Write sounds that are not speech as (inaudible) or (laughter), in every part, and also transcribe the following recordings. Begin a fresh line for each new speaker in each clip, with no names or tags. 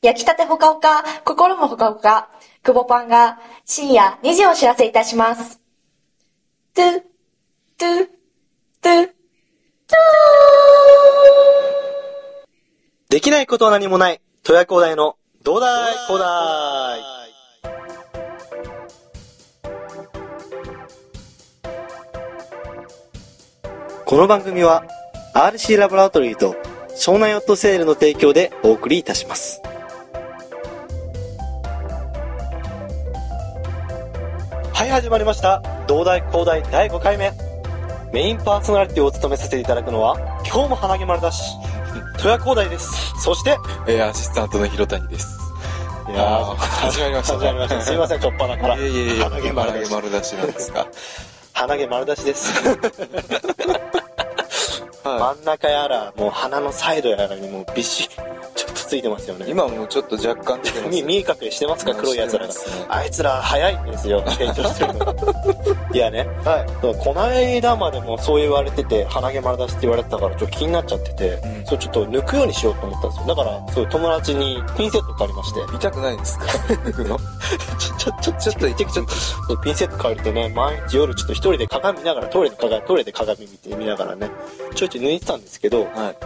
焼きたてほかほか、心もほかほか、久保パンが深夜2時をお知らせいたします。トゥ、トゥ、トゥ、
できないことは何もない、富谷高大の、どうだい、こうだい。この番組は、RC ラボラトリーと、湘南ヨットセールの提供でお送りいたします。はい、始まりました。同大高大第5回目。メインパーソナリティを務めさせていただくのは、今日も花毛丸だし、富谷高大です。そして、
えー、アシスタントの広谷です。
い
い
や
や
ー
ー、始まりました、
始まりました。すいません、ちょっぱなから。
いえいえいえ、
鼻毛丸出し。
丸出しなんですか。
鼻毛丸出しです。
は
真ん中やら、もう鼻のサイドやらにもうびっしり、ちょっとついてますよね。
い。、今もうちょっと若干出てます
見、見え隠れしてますか、黒い奴らが
して。ますね
あいつら早いんですよ、成長してるのが。
(laughs)
いやね、はい。こないだまでもそう言われてて、鼻毛丸出しって言われてたから、ちょっと気になっちゃってて、
うん
それちょっと抜くようにしようと思ったんですよ。だから、そう友達にピンセット借りまして、
痛くないんですか行くの
ちょ、ちょ、ちょ、
ちょっと痛く、ちょっ
でピンセット借りてね、毎日夜ちょっと一人で鏡見ながら、トイレで鏡、トイレで鏡見て見ながらね、ちょいちょい抜いてたんですけど、
と。はい。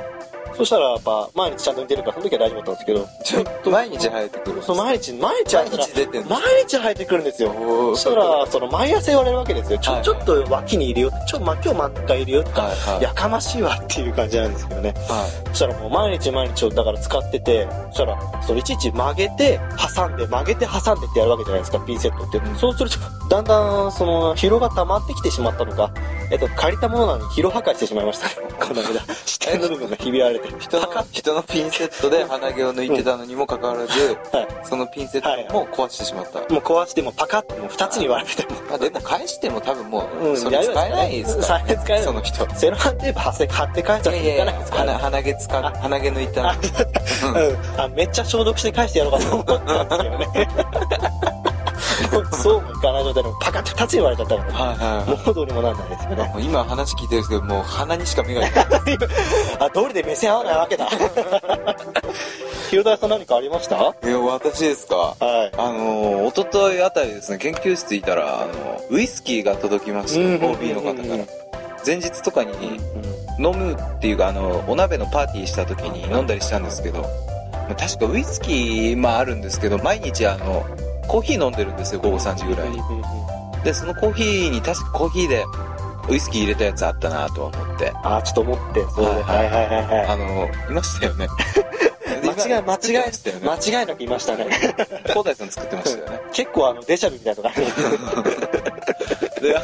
そしたらやっぱ、毎日ちゃんと抜いてるから、その時は大丈夫だったんですけど、
ちょっと毎日生えてくるんです
その毎日、毎日生えて
毎日出てんの
毎日生えてくるんですよ。
おー
そしたら、その毎朝言われるわけですよ。ちょ、
はい
ちょっと脇にいるよ。ちょ、ま、今日真ん中いるよ。
はいはい。
やかましいわっていう感じなんですけどね。
は
そしたらもう毎日毎日をだから使ってて、そしたら、それいちいち曲げて、挟んで、曲げて、挟んでってやるわけじゃないですか、ピンセットって。
うん
そうすると、だんだん、その、疲労が溜まってきてしまったのか、えっと、借りたものなのに疲労破壊してしまいましたね。 (laughs) この間、下の部分がひび割れて。
い。人の、人のピンセットで鼻毛を抜いてたのにもかかわらず、
は
そのピンセットも壊してしまった。
もう壊して、もうパカって、もう二つに割れて、も
まあでも返しても多分も
う
う、それ使えないですから
ね。 (laughs) 使えない。
その人。
セロハンテープ貼って貼って返し
い
た
や
ら
い
い
や
か
い
ないで
や、
すから
鼻
ね。
鼻毛使っ、鼻毛抜いた
あ
ら。うん
うん、あめっちゃ消毒して返してやろうかと思ったん
(laughs)
ですけどねそうもいかない状態でもパカッて2つ言われちゃったから
はいはい
もうどうにもなんないですよね
もう今話聞いてるんですけど、もう鼻にしか目がいかない。
あ通りで目線合わないわけだ広田さん何かありましたはい
や、私ですか。
い
あのー、一昨日あたりですね、研究室いたら、あの、ウイスキーが届きまして、OB の方
うんう
か
んうん
ら。前日とかに飲むっていうか、あの、お鍋のパーティーした時に飲んだりしたんですけど、まあ確かウイスキー、まああるんですけど、毎日あの、コーヒー飲んでるんですよ、午後3時ぐらいに。で、そのコーヒーに、確かコーヒーで、ウイスキー入れたやつあったなとは思って。
あちょっと思ってそれでは
はいい
はいはいは
あの、いました
(laughs)
よね。
い間違い間違
作ってましたよ
い
ね。
間違いなくいましたね
高大さん作ってましたよね。
結構あのデジャブみたいなのがある
で、あ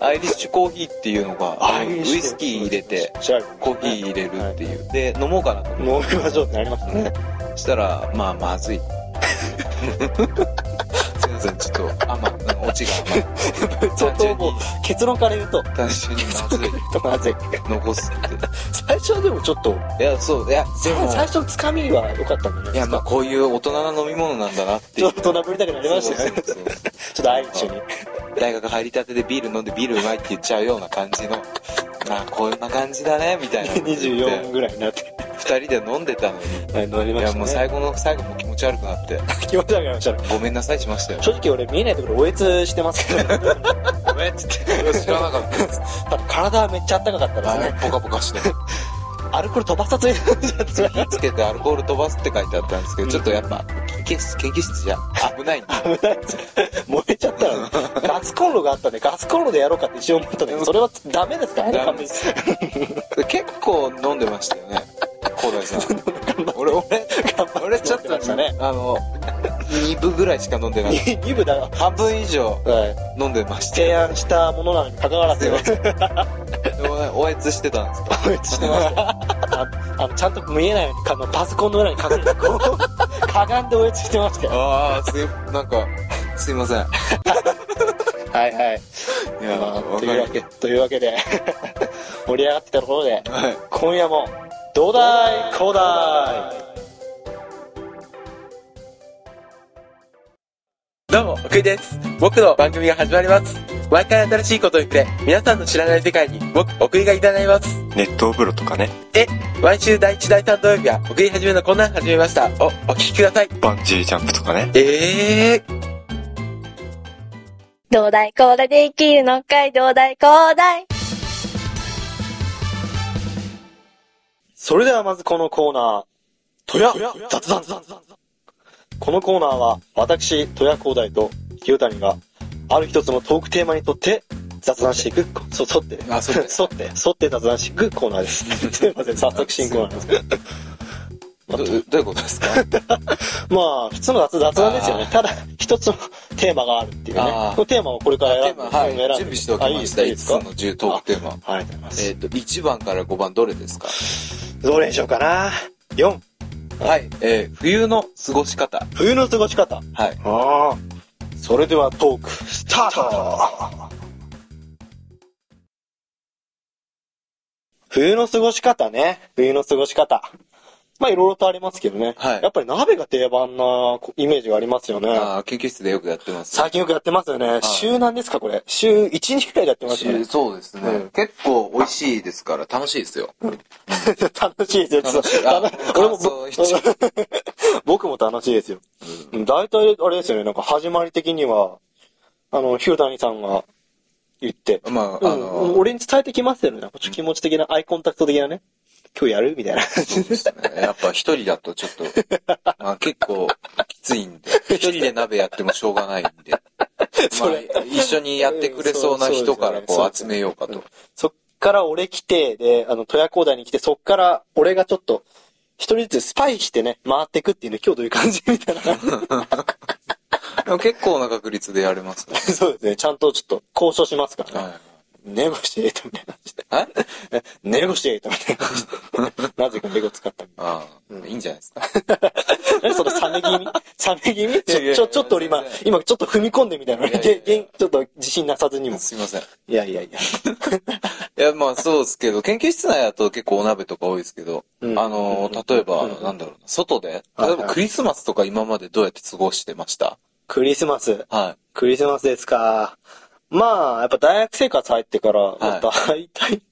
の、アイリッシュコーヒーっていうのが、あ (laughs) のウイスキー入れて、
調べてみます
コーヒー入れるっていう。で、飲もうかなと思っ
飲みましょうってなりましたね
て。したら、まあ、まずい。すいません、ちょっと甘い、あのオチが甘い。
相 (laughs)
単
当
純
もう
に、
結論から言うと
単純にまずい。
まずい
残すっ
最初はでもちょっと
て。いや、そう、いや、で
(laughs)
も、
最初のつかみは良かったんじゃない
い
で
や、
す
まあ、
か
こういう大人の飲み物なんだなって
ち
い
ょ
う
っ。と大人ぶりたくなりましたよね
そうそうそう
ちょっと愛一緒に
大学入りたてでビール飲んでビールうまいって言っちゃうような感じの、まあ、こんな感じだね、みたいな。
24ぐらいになって
二人で飲んでたのに。
はい乗り
い
ま
や、
した
もう
ね
最後の最後もう気持ち悪くなって、
気持ち悪くなりましたね
ごめんなさいしましたよ。
正直俺見えないところ応援してますけ (laughs) ど
ごめんっつって。知らなかったです。
ただ体はめっちゃ暖かかった
あ
です
れ
ね、
ポカポカして。
アルコール飛ばさずに飲んじゃって
火つけてアルコール飛ばすって書いてあったんですけ
う
ど、
ん
ちょっとやっぱ、研究室、研究室じゃ危ないんで。
危ないです燃えちゃった (laughs) らガスコンロがあったんでガスコンロでやろうかって一応思ったんだけどそれはダメですからね
ダメ
(laughs)
です結構飲んでましたよね。高 (laughs) 大さん。俺、俺、
(laughs)
俺ちょっ
飲んでました
と
ね
ね、あの、2分ぐらいしか飲んでなかっ
2部だよ
た。半分以上
はい
飲んでました
提
よ。
案したものなのに関わらず (laughs)
すいません。でもねおやつしてたんですか
統一してましたよああのちゃんと見えないようにあのパソコンの裏に隠れてこう (laughs) かがんで応援してましたよ
ああ、すい、なんか、すいません。い
はいはい、
や、
まあ
わ
と
か
いう
り
わけというわけで (laughs) 盛り上がってきたところで
はい。
今夜も「どうだいこうだい
どうも、奥井です。僕の番組が始まります。
毎回新しいことを言って、皆さんの知らない世界に僕、送りがいただきます。
熱湯風呂とかね、
で、毎週第1、第3土曜日は、送り始めのこんなん始めました。お、お聞きください。
バンジージャンプとかね。
ええ
どうだいこうだいで生きるのかいどうだいこうだい
それではまずこのコーナー、富谷雑談。このコーナーは、私、富谷光大と清谷が、ある一つのトークテーマにとって、雑談していく、そ、そって、 (laughs)
あそう
そって、そって雑談していくコーナー
(laughs)
です。すいません、早速進行なんですけど。
ー、 (laughs) ど、どういうこ
(laughs)
とですか
まあ、普通の雑雑談ですよね。ただ、一つのテーマがあるっていうね。
あー
このテーマをこれから
テ
選
ー
ぶ。
マ、は
選ん
い。
で
準備しておきました。
あいい
5
ですか
つの10トークテーマ。
ありがとうございます。
えっ、と、1番から5番どれですか
どれにしようかな。4、
はい。えー、冬の過ごし方。
冬の過ごし方。
はい。
ああ。それではトーク、スタート冬の過ごし方ね。冬の過ごし方。まあ、いろいろとありますけどね。
はい
やっぱり鍋が定番なイメージがありますよね。
ああ、研究室でよくやってます。
最近よくやってますよね。
い
週なんですか、これ。週1、2くらいでやってますよね。
そうですね、
うん
結構美味しいですから楽しいですよ。
楽しいですよ。
楽しいあ
俺もぼ
感想一
(laughs) 僕も楽しいですよ。大体、あれですよね、なんか始まり的には、あの、ヒューダニさんが言って、
まあ、あ
うん
の、
うん俺に伝えてきますよね。なんかちょっと気持ち的な、アイコンタクト的なね。今日やるみたいな。
そうですね。やっぱ一人だとちょっと、 (laughs) まあ、結構きついんで、一人で鍋やってもしょうがないんで、 (laughs) ま
れ
あ、一緒にやってくれそうな人から
そう
こ
そう
う
です
集
よね
めようかと。
(laughs) そっから俺来て、で、あの、富谷工大に来て、そっから俺がちょっと、一人ずつスパイしてね、回ってくっていうね、今日どういう感じみ (laughs) たいな。
でも結構な確率でやれますね。
そうですね。ちゃんとちょっと交渉しますからね。
は
ネゴシエートみたいな感じで。
い。はい
ネゴシエートみたいな感じで。 (laughs) なぜかネゴ使ったみ
ああ、いいんじゃないですか。
た (laughs) いな。何そのサメ気味サメ気味
いやいやいや
ちょ、ちょちょっと俺今
全然、
今ちょっと踏み込んでみたいな。
いやいやいや
げんちょっと自信なさずにも。
すいません。い
いやいやいや。
や、まあそうですけ
(laughs)
ど、研究室内だと結構お鍋とか多いですけど、
うん
あの、例えば、
うん
なんだろうな、外で、
はい
例えばクリスマスとか今までどうやって過ごしてました
クリスマス。
はい。
クリスマスですか。まあ、やっぱ大学生活入ってから、
い
大体、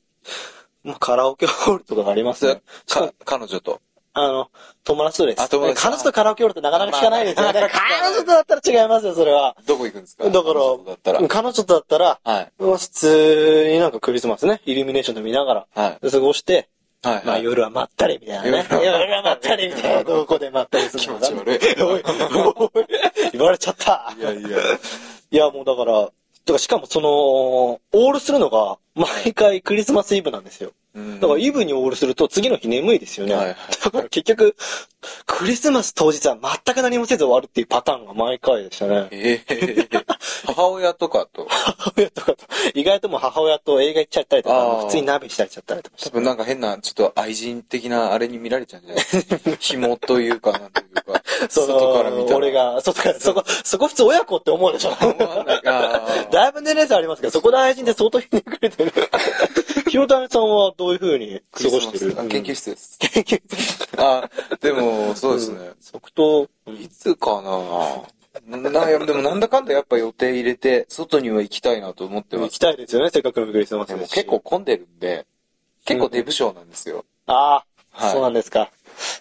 もうカラオケホールとかがあります
それ
ね
は。か、彼女と。
あの、友達とです。
あ友達
彼女とカラオケホールってなかなか聞かないですよ
まあ
ね。
まあ
彼女とだったら違いますよ、それは。
どこ行くんですか
だから
彼女とだったら。
彼女とだったら、
はい。
まあ普通になんかクリスマスね、イルミネーションで見ながら
はい。
過ごして、
はい、
まあ
はい。
夜はまったりみたいなね。
夜
夜はまったりみたいな、どこでまったりす
気
る
持
の
ち
かな。
悪い。
おい、
(laughs)
おい言われちゃった。 (laughs)
いやいや。
いや、もうだから、てかしかもその、オールするのが、毎回クリスマスイブなんですよ。
うん
だからイブにオールすると次の日眠いですよね。
はいはい
だから結局、クリスマス当日は全く何もせず終わるっていうパターンが毎回でしたね。
ええ母親とかと、
母親とかと、意外ともう母親と映画行っちゃったりと
あ
か
ー、
普通に鍋したりしちゃったりとかし
多
て。
分なんか変な、ちょっと愛人的なあれに見られちゃうんじゃないです
(laughs)
か。紐というか、なんというか、
その
外から見たら。
俺が、外から、そこ、そこ普通親子って思うでしょ。
思わないあー
だいぶ年齢差ありますけど、そこで愛人で相当ひねくれ (laughs) てる。ひろたねさんはどういう風に過ごしてる
あ研究室です。
研究
あ、でも、そうですね。
即答。
いつかなな、いやでもなんだかんだやっぱ予定入れて、外には行きたいなと思って
行
ま
き
す。
たいですよね、せっかくのクリスマス
でも
ですし
結構。混んでるんで、結構デブ症なんですよ。
ああ、
はい
そうなんですか。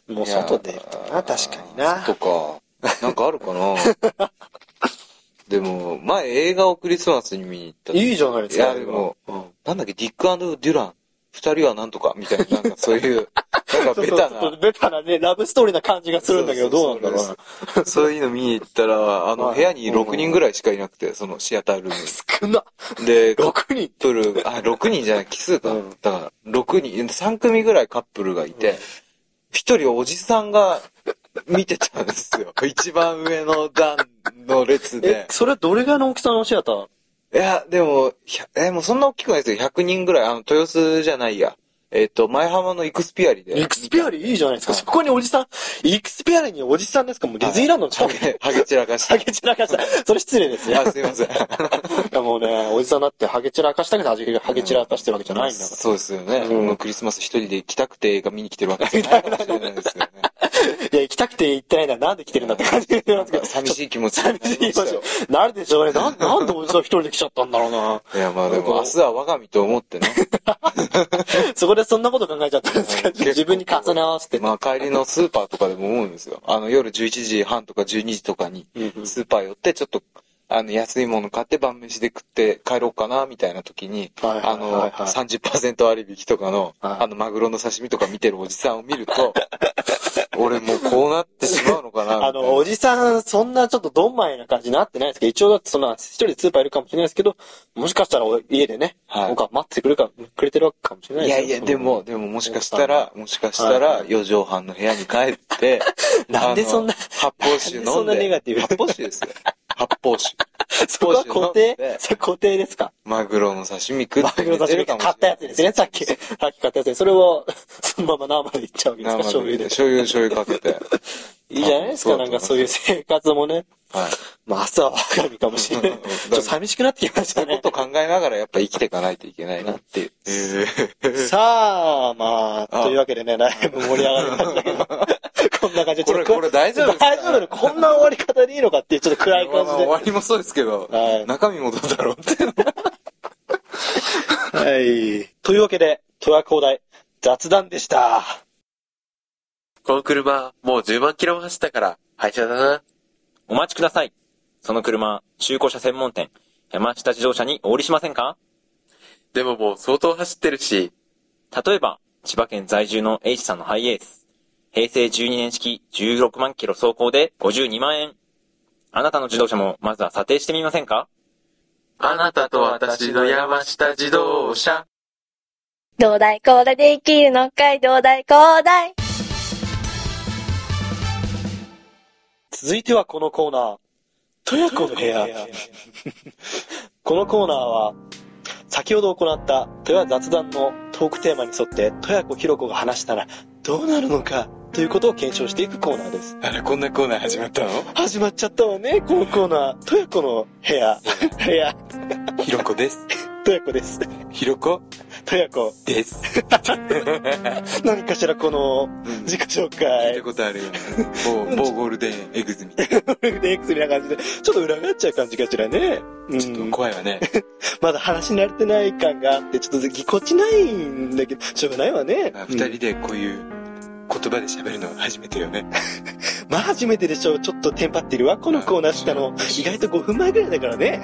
もう
いや
外で。な、確かにな。
外か。なんかあるかな (laughs) でも、前映画をクリスマスに見に行った時。
いいじゃないですか。
いやでも
うん、
なんだっけ、ディックデュラン。二人はなんとか、みたいな、なんかそういう、なんか
(laughs) そう
ベ
そう
タ
ちょっと
な。
ベタなね、ラブストーリーな感じがするんだけど、どうなんだろうな。
うそういうの見に行ったら、あの、
はい
部屋に6人ぐらいしかいなくて、そのシアタールー
少な。 (laughs)
ムに。で、カッ
6人。
プル、あ、6人じゃない、奇数か。
うん
だから、6人、3組ぐらいカップルがいて、一人おじさんが見てたんです
(laughs)
よ。一番上の段の列
え
で、。
それどれぐらいの大きさのシアター
いや、でも、ひゃえーもうそんな大きくないですよ。100人ぐらい、あの、豊洲じゃないや。えっ、と、前浜のイクスピアリで。
エクスペアリーいいじゃないですか。そこにおじさん、エクスペアリーにおじさんですかもうディズニーランドの近
ハ
く
ゲ、ハゲ散らかした。
ハゲ散らかした。それ失礼ですよ。
あ、すいません。
いやもうね、おじさんだってハゲ散らかしたけど、味がハゲ散らかしてるわけじゃないんだか
そうですよね。
うん (laughs)
もうクリスマス一人で行きたくて映画見に来てるわけじゃないかもしれないですよね。
いや、行きたくて行ってないならなんで来てるんだって感じがしますけど。
寂しい気持ちになり
寂
ま
しい気持
し
ち
たよ。
なるでしょうね。なんなんでおじさん一人で来ちゃったんだろうな。
いや、まあでも、明日は我が身と思ってね。
そこでそんなこと考えちゃったんですか
結構
自分に重ね合わせて。
まあ帰りのスーパーとかでも思うんですよ。あの夜11時半とか12時とかに
うんう、ん
スーパー寄って、ちょっと、あの、安いもの買って晩飯で食って帰ろうかな、みたいな時に、
はいはい
あ
はいはい
の、30%割引とかの、
はい
あの、マグロの刺身とか見てるおじさんを見
(laughs)
ると、俺もうこうなってしまうのかな、みた
あ
いな
の、おじさん、そんなちょっとどんまいな感じになってないですけど、一応だってそんな、一人でスーパーいるかもしれないですけど、もしかしたらお家でね、
はい
僕は待ってくれるか、くれてるわけかもしれない
い
です
や
よ
いや、
その
でも、でももしかしたら、もしかした
はい
ら、
はい
4畳半の部屋に帰って、
(laughs) なんで
あの
そんな
発泡酒飲ん
なんで
で。
そんなネガティブ
発泡酒ですよ。発泡酒。
そこは固定
発泡酒飲んで
それ固定ですか
マグロの刺身食って
マグロ刺身買ったやつですね、さっき。さっき買ったやつで、それを、 (laughs) そのまま生でいっちゃうわけですか、
生
醤油
で。
で。
醤油、醤油かけて。
いいじゃないですか、
そう
な
だ
ん
と思います
かそういう生活もね。
はい。
まあ、朝 (laughs) は我が身かもしれな
う
い
ん。うん
ちょっと寂しくなってきまし
そ
た
ういう
ね
こ。と考えながらやっぱ生きていかないといけないなっていう。
(laughs) さあ、まあ、
あ
というわけでね、ライブ盛り上がりましたけ
(laughs)
ど、こんな感じで、
これ
ちょっと
これ大丈夫ですか
大丈夫なのこんな終わり方でいいのかっていう、ちょっと暗い
まあ
感じ
まあ終
で。
わりもそうですけど、
はい
中身もどうだろうっていうのが
はい。というわけで、戸川高大、雑談でした。
この車、もう10万キロも走ったから、廃車だな。
お待ちください。その車、中古車専門店、山下自動車にお売りしませんか
でももう相当走ってるし、
例えば、千葉県在住の H さんのハイエース。平成12年式16万キロ走行で52万円。あなたの自動車もまずは査定してみませんか
あなたと私の山下自動車。
どうだいこうだいできるのかいどうだいこうだい
続いてはこのコーナー、トヤコの部屋。このコーナーは、先ほど行ったトヤ雑談のトークテーマに沿って、トヤコヒロコが話したらどうなるのかということを検証していくコーナーです。
あれ、こんなコーナー始まったの
始まっちゃったわね、このコーナー。トヤコの部屋。部屋、
ひろこです。
トヤコです。
ひろこ
トヤコ。
です。
何かしらこの
うん
自己紹
聞い
介
た、ことあるよね。某某ゴールデンエグズみたい
で X みたいな感じで、ちょっと裏返っちゃう感じがしらね。うん
な。ちょっと怖いわね。
まだ話に慣れてない感があって、ちょっとぎこちないんだけど、しょうがないわね
まあ。
う
二
ん
人でこういう言葉で喋るのは初めてよね。
まあ初めてでしょう。ちょっとテンパってるわ。このコーナーしたの、意外と5分前ぐらいだからね。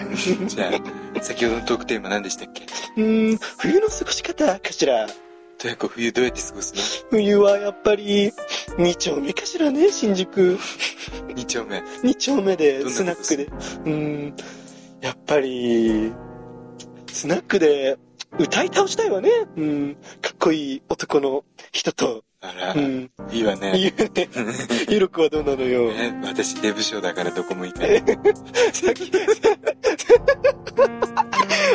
じゃあ、先ほどのトークテーマ何でしたっけ
うーん、冬の過ごし方かしら。
とやこ冬どうやって過ごす
冬はやっぱり、2丁目かしらね、新宿。
の ?2 丁目。
2丁目で、
どん
スナ
な
ッ
こと
クで。うーん、やっぱり、スナックで、歌い倒したいわね。うん、かっこいい男の人と。
あら
う、ん、
いいわね。
言う
(laughs)
ね。ゆるくはどうなのよ。
ね私、デブ症だからどこも行かない。
さっき、 (laughs)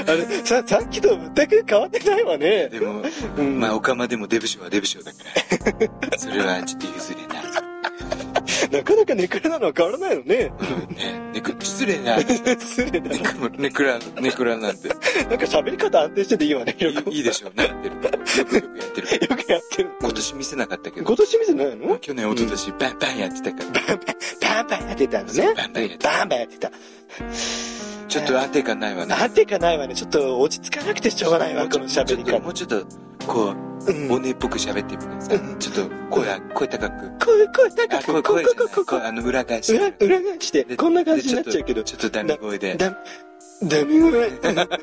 あれ、さ、さっきと全く変わってないわね。
でも、
うん。
まあ、オカマでもデブ賞はデブ賞だから。それはちょっと譲れない。
なかなかネクラなのは変わらないのね。
うん、ね、ネク、失礼な。
失礼だな。な
ネ
んか
クネクラ、ネクラなんて、
喋り方安定してていいわね、よ
いいいでしょうね。やってるよくよくやってる。
よくやってる。
今年見せなかったけど
今、年見せないの
去年、一昨年、バンバンやってたから。
バンバンやってたの
そう
ね。
バンバンやってた。
バンバンやってた。
ちょっと安定感ないわね。
なんていうかないわね。ちょっと落ち着かなくてしょうがないわ、この喋り方。
もうちょっと、もうちょっとこ
う
う、
ん。
おねっぽく喋ってみてさい。ちょっと、声あ、声高く。
声、声高
あ、
く、
声、声じゃない
ここ、ここ
声、、あの、裏返し。
裏、裏返して、
で
こんな感じになっちゃうけど
で。ちょっとちょっとダミ声で。
ダダミ
(laughs)
声。ダミ声、なんか、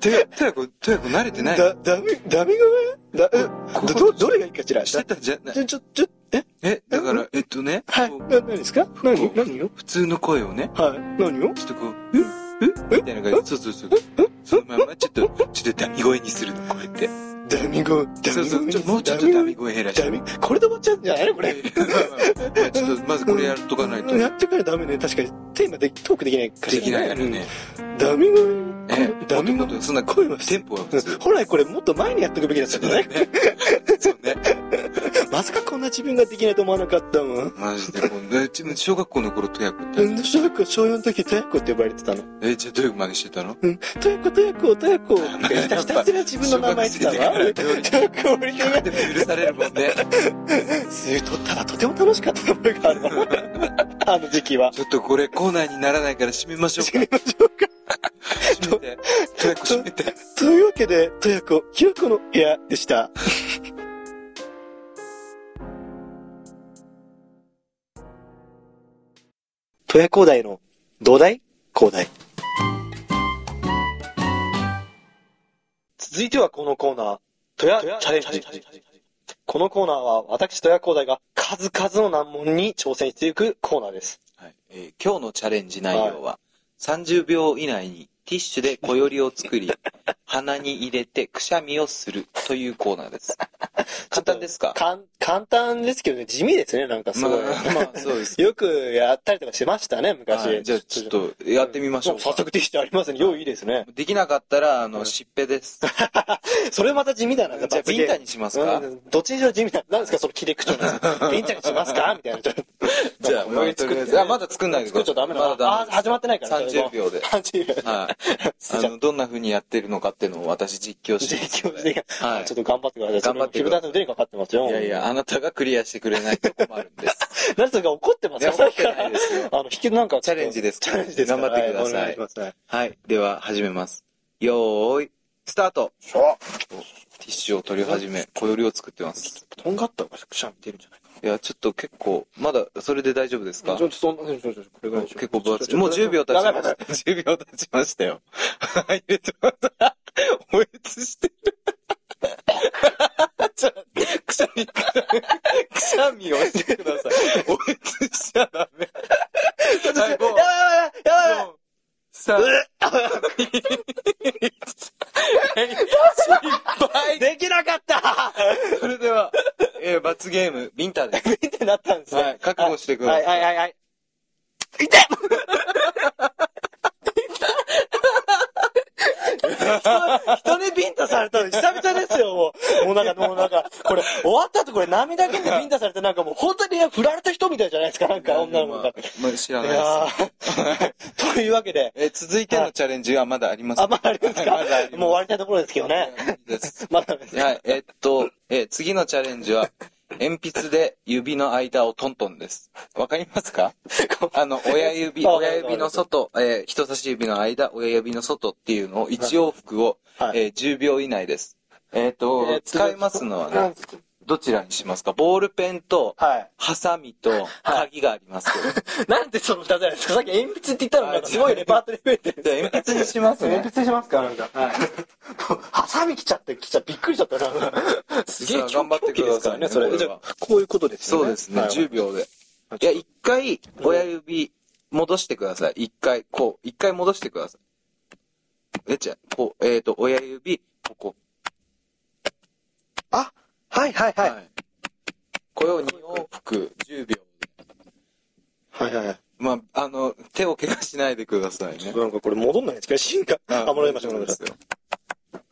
とや、とやこ、とやこ慣れてない
だ、ダミ、ダミ声だ、え、
こ
ど、ど、どれがいいかしら
してたんじゃない
ちょ、ちょ、ちょ、え
え、だから、えっとね、
はい。
こう
な、何ですか何何よ
普通の声をね、
はい。何よ
ちょっとこう、ええみたいな感じで、そうそうそう。そのまんま、ちょっと、ちょっとダミ声にするの、こうやって。
ダミ声。
そうそう、ちょもうちょっとダミ声減らして。
ダミ、これで終わっちゃうんじゃないのこれ。
ちょっと、まずこれやっとかないと。
やってからダメね。確かに、テーマでトークできないかし
で
ら
きないからね。
うん。ダミ
え
声。、ダ
ダメ
ミ
もっ
声
と、。そんな
声は
テンポは普通。 (laughs)
本来これもっと前にやっとくべきだったんじゃない
そうね。
まさかこんなな自分ができないと思わなかったもん。
マジで、もう、え、自分小学校の頃、トヤコって、
うん、小学校、小4の時、トヤコって呼ばれてたの。
え、じゃあどういう真似してたの
うん、トヤコ、トヤコ、トヤコ。ひたひたすら自分の名前言ってたわ。ト (laughs) ヤコ、俺が、
でも許されるもんね。
すごい、とったらとても楽しかった覚えがあるの。あの時期は。
ちょっとこれコーナーにならないから閉めましょうか。閉めて。トヤコ閉めて。
というわけで、トヤコ、ひろこの部屋で
(laughs)
した。トヤ高大の土台高大。続いてはこのコーナー、トヤチャレンジ。このコーナーは私トヤ高大が数々の難問に挑戦していくコーナーです。
はいえー今日のチャレンジ内容は、30秒以内にティッシュで小よりを作
(laughs)
り、鼻に入れてくしゃみをするというコーナ
(laughs)
ーです。簡単ですか
かん簡単ですけどね、地味ですね、なんかす
まあ
ごい。
まあ、そうで
(laughs)
す。
よくやったりとかしましたね、昔。
はいじゃあちょっとやってみましょう
早速ティッシュありますね。用意いいですね。
できなかったら、あの、しっ
(laughs)
ぺです。じ
それまた地味だな。
ゃあ、ビンタにしますか
うんどっちにしろ地味だ。なんですか、その切れ
(laughs)
口調の。ビンタにしますかみたいな。
じゃあ、まあとりあえずあまだ作んないでく
作っ
だ
ち
さ
ゃ
い。
ダメだ。
まだダ
あ、
メ
始まってないから。
30秒で。
30秒で。
はい。
捨て
あ
ちゃっ
の、どんな風にやってるのかっていうのを私実況
た
してます
実
の
況で
で。はい
ちょっと頑張ってください。
頑張って
ヒ
く
ル
だ
ダ
さ
ンの
い
腕にかかってますよ。
いやいや、あなたがクリアしてくれないと困るんです。 (laughs)
何ですか、怒ってます
いや
か
怒ってないですよ
さっきからあの、引きなんか。
(laughs) チャレンジです
チャレンジですから。
頑張ってください
はお願しますはい
はい。では、始めます。よーい、スタートおティッシュを取り始め、小よりを作ってます。
とんがったのがくしゃみ出るんじゃないか
いや、ちょっと結構、まだ、それで大丈夫ですか
な。ちょっとそんな、ちょっとこれぐらいにしよう
結構分厚い。もう10秒経ちました。10秒経ちましたよ。はい、えっと、また、おえつしてる。ちょっとくしゃみ、くしゃみをしてください。おえつしちゃダメ。はい、5、4、3、
できなかった
それでは、えー罰ゲーム、ビンタです。
ってなったんですね。
はい覚悟してください
はいはいはいはい。痛っ人にビンタされたの久々ですよ、もう。もうなんか、もうなんか、これ、終わった後これ涙ぐんでビンタされて、なんかもう本当に振られた人みたいじゃないですか、なんか女の子が。い
まあ、知らないです。
やー (laughs) というわけで、
えー続いてのチャレンジはまだあります。
あ、まだありますか
は
も
いう (laughs) まだあります
終わりたいところですけどね。
いやいいです
まだですね。
はい、えーっと、えー次のチャレンジは、鉛筆で指の間をトントンです。わかりますか
(laughs)
あの、親指、
あ
親指の外、えー人差し指の間、親指の外っていうのを一往復を、
はい
えー10秒以内です。えーっと、
えー
使いますのは
な
ね
ん、ですか
どちらにしますかボールペンと、
はい。
ハサミと鍵がありますけど。
なんでその歌じゃないですかさっき鉛筆って言ったのなんかすごいレパートリー増えてる。
じゃあ鉛筆にしますね。
筆しますかなんか。はい。ハサミ来ちゃって、来ちゃびっくりしちゃった。 (laughs) す
げえ頑張ってくださいね
そ
そ
れ。
れ
じゃあこういうことですよね。
そうですね、
はい
10秒で。いや、一回、親指、戻してください。一回、こう、一回戻してください。え、じゃあこう、えっ、と、親指、ここ。
はいはいはい。
い。これを2往復、10秒。
はいはいはい。
まあ、あの、手を怪我しないでくださいね。
なんかこれ戻んないんですけど、進化。あ、戻りました、戻りまし
よ。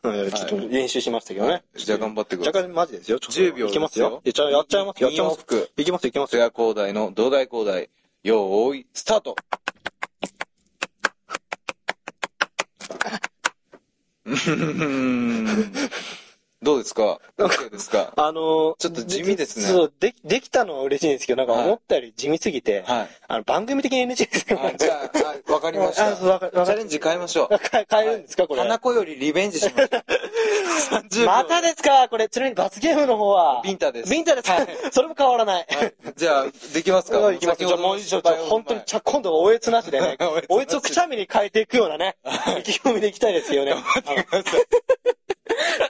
た。はいちょっと練習しましたけどね。
じゃあ頑張ってくださ
若
い。
干マジですよ。ちょっと
10秒
いきますよ。
で
いややっちゃいます、やっちゃいます
二往。復
いきます、いきます
瀬
よ。
谷高大の同大高大、よーい、スタートうーんどうですか ?OK ですか
あのー、
ちょっと地味ですね
そう、でき、できたのは嬉しいんですけど、なんか
はい
思ったより地味すぎて、
はい。
あの、番組的に NG ですよ。
あじゃあ、あわかりまし
あ
た。
そうわかわか
チャレンジ変えましょう。
変え変えるん (laughs) ですか、これ。
花子よりリベンジし
(laughs)
ましょう。30秒。
またですかこれ、ちなみに罰ゲームの方は。
ビンタです
ビンタですか、
はい
(laughs) それも変わらない。
じゃあ、で
(laughs)
きますか
はい、いきます。じ
先
ゃあ
ほど
も
の
う一
失
度、
敗を踏まえ、
本当に、ちゃ、今度は (laughs) おえつなしでねおえつをくしゃみに変えていくようなね、意気込みでいきたいですよね。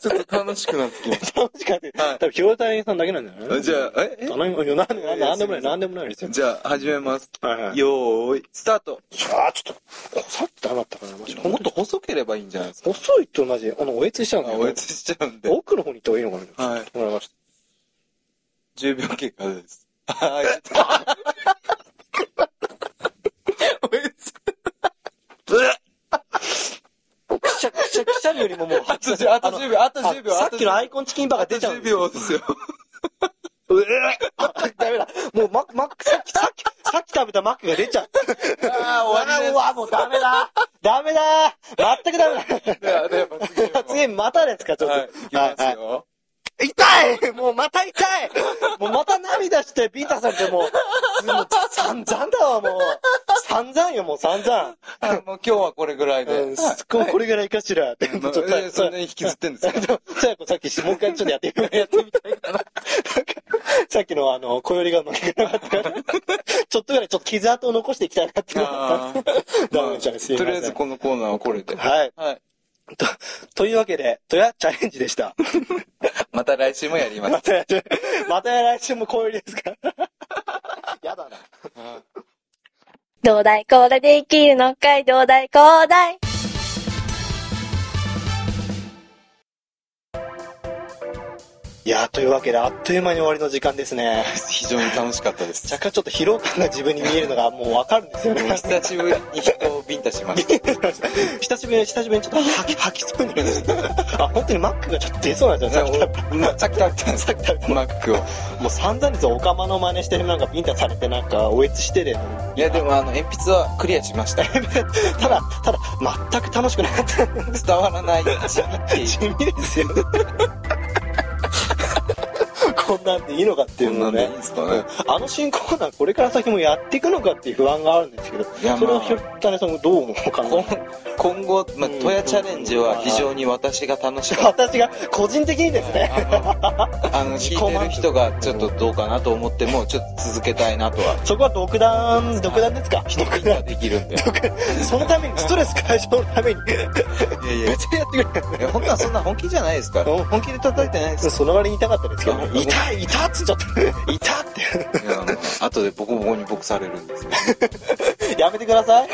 ちょっと楽しくなってきまし
楽しかった。
はい
多分、ひょうたいさんだけなんじゃない
た。じゃあ、ええ
頼むいやなんで、なんでなんでもない、なんでもないですよ。
じゃあ、始めます。
はいはい。
よーい、スタート
あーちょっと、さっと黙ったかな、マジで。
もっと細ければいいんじゃないですか
細いとマジで、あの、おえつしちゃうんだ
あ
よ。
おえつしちゃうんで。
奥の方に行った方がいいのかな。
はい
わかりまし
10秒経過です。はい。おえつ
た。くしゃ、くしゃ、くしゃみよりももう、
あと10秒、あと
あ
10秒、
さっきのアイコンチキンバーが出ちゃうん
10
ですよ。
秒ですよ。
うえー、 (laughs) ダメだ。もう、ママック、さっき、さっき、さっき食べたマックが出ちゃ
(laughs)
う。ああ、終わりです。うわ、もうダメだ。ダメだ。全く
では、
ダ
で
メ
は、次
だ。次、またですか、ちょっと。
はい、いきますよ。
痛いもうまた痛いもうまた涙してビータされても
(laughs)
う、もう散々だわ、もう。散々よ、もう散々。
あもう今日はこれぐらいで。
うん、ここれぐらいかしらって。ちょっ
まあ
と、
えーそんなに引きずってんですか
ちょっとさやこさっき、もう一回ちょっとやってみやってみたいかな。さっきのあの、小よりが負けなかったから、ちょっとぐらいちょっと傷跡を残していきたいなって思った。
あー
ダメじゃんすいません
とりあえずこのコーナーはこれで。
はい。
はい。
と、というわけで、とやチャレンジでした。
また来週もやります
ま。たやる、また来週も小よりですか (laughs) やだな。
どうだいこれで生きるのかいどうだいこうだい
いやーというわけで、あっという間に終わりの時間ですね。
(laughs) 非常に楽しかったです。
若干ちょっと疲労感が自分に見えるのがもうわかるんですよね。
久しぶりに人をビンタしました。
久しぶりに、久しぶりにちょっと
(laughs)
吐き、吐きそうになりました。あ、本当にマックがちょっと出そうなんですよ、さっき食べた。
まあさっき食べたんです
さっき食べた
マックを。
もう散々ですよ、オカマの真似してなんかビンタされてなんか、おえつしてで、
いや、でもあの、鉛筆はクリアし (laughs) ました。
ただ、ただ、全く楽しくなか
(laughs)
った。
伝わらない地味っていう。
地味ですよ。こんなんでいいのかってい
こ
うんの
なんで
ね
いいん。ですかね。
あの新コーナーこれから先もやっていくのかっていう不安があるんですけど、
いや
それ
ま
を
あ
ひょったねさんもどう思うかな
今今後、まあ、
うん
トヤチャレンジは非常に私が楽しかった。
私が個人的にですね、
あの、聞いてる人がちょっとどうかなと思っても、ちょっと続けたいなとは。
そこは独断、独断ですか
人ビンタできる (laughs) んで。
そのために、ストレス解消のために、
いやい
めっちゃやってくれ。
や、本当はそんな本気じゃないですから。
うん
本気で叩いてないです
その割に痛かったですけど、
あ
痛い、痛っつっちゃった。痛っ
いや、あの、後でボコボコに僕される
(laughs)
んですよ。
て。やめてください。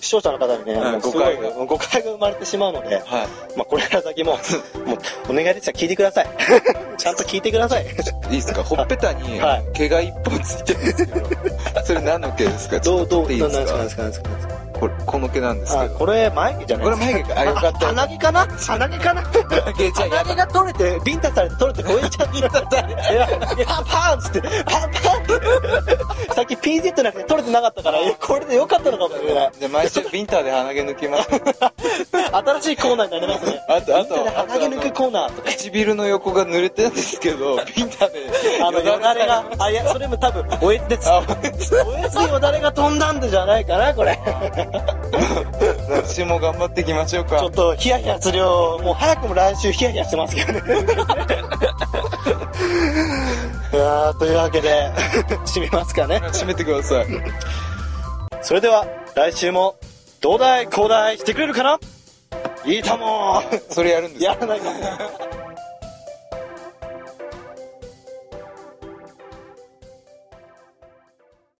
視聴者の方にね、
はい
もうすごい
誤解
誤解が生まれてしまうので、
は
まあこれから先も、 (laughs) もうお願いですから聞いてください。 (laughs) ちゃんと聞いてく
(laughs)
ださい。
い。いいですかほっぺたに
は
毛が一本ついてるんですけど、それ何の毛ですかち
ど
ょっ
う、ど
と
う、
取ってい
ないん
です
ですか、なんで
か
すか、なんですか。なんですか
これ、この毛なんですけ
あ、
ど。
これ眉毛じゃない
こ
で
れ
すか。
眉毛か。あ、よかった。
鼻毛かな鼻毛か
(laughs)
な
毛じゃあや
鼻毛が取れて、ビンタされて取れて、こういっちゃって、
(laughs)
いやパンパンっつって、パンパンって、さっき PZ なくて取れてなかったから、えこれでよかったのかもしれない。
じゃあ毎週
(laughs)
ビンターで鼻毛抜きます。
新しいコーナーになりますね。
あと、あと、あと
鼻毛抜くコーナーとか。
唇の横が濡れてるんですけ
(laughs)
ど、ビンターで。
あの、よだれが、あ、いや、それも多分、おえつです。
あ、
おえつでよだれが飛んだんでじゃないかな、これ。
私も頑張っていきましょう
(laughs) ちょ
か
っ。と、ヒヤヒヤするよ。もう早くも来週ヒヤヒヤしてますけどね。 (laughs) いやーというわけで、 (laughs) 締めますかね。
締めてください。
それでは来週もどうだいこうだいしてくれるかないいとも
それやるんですか
やらないか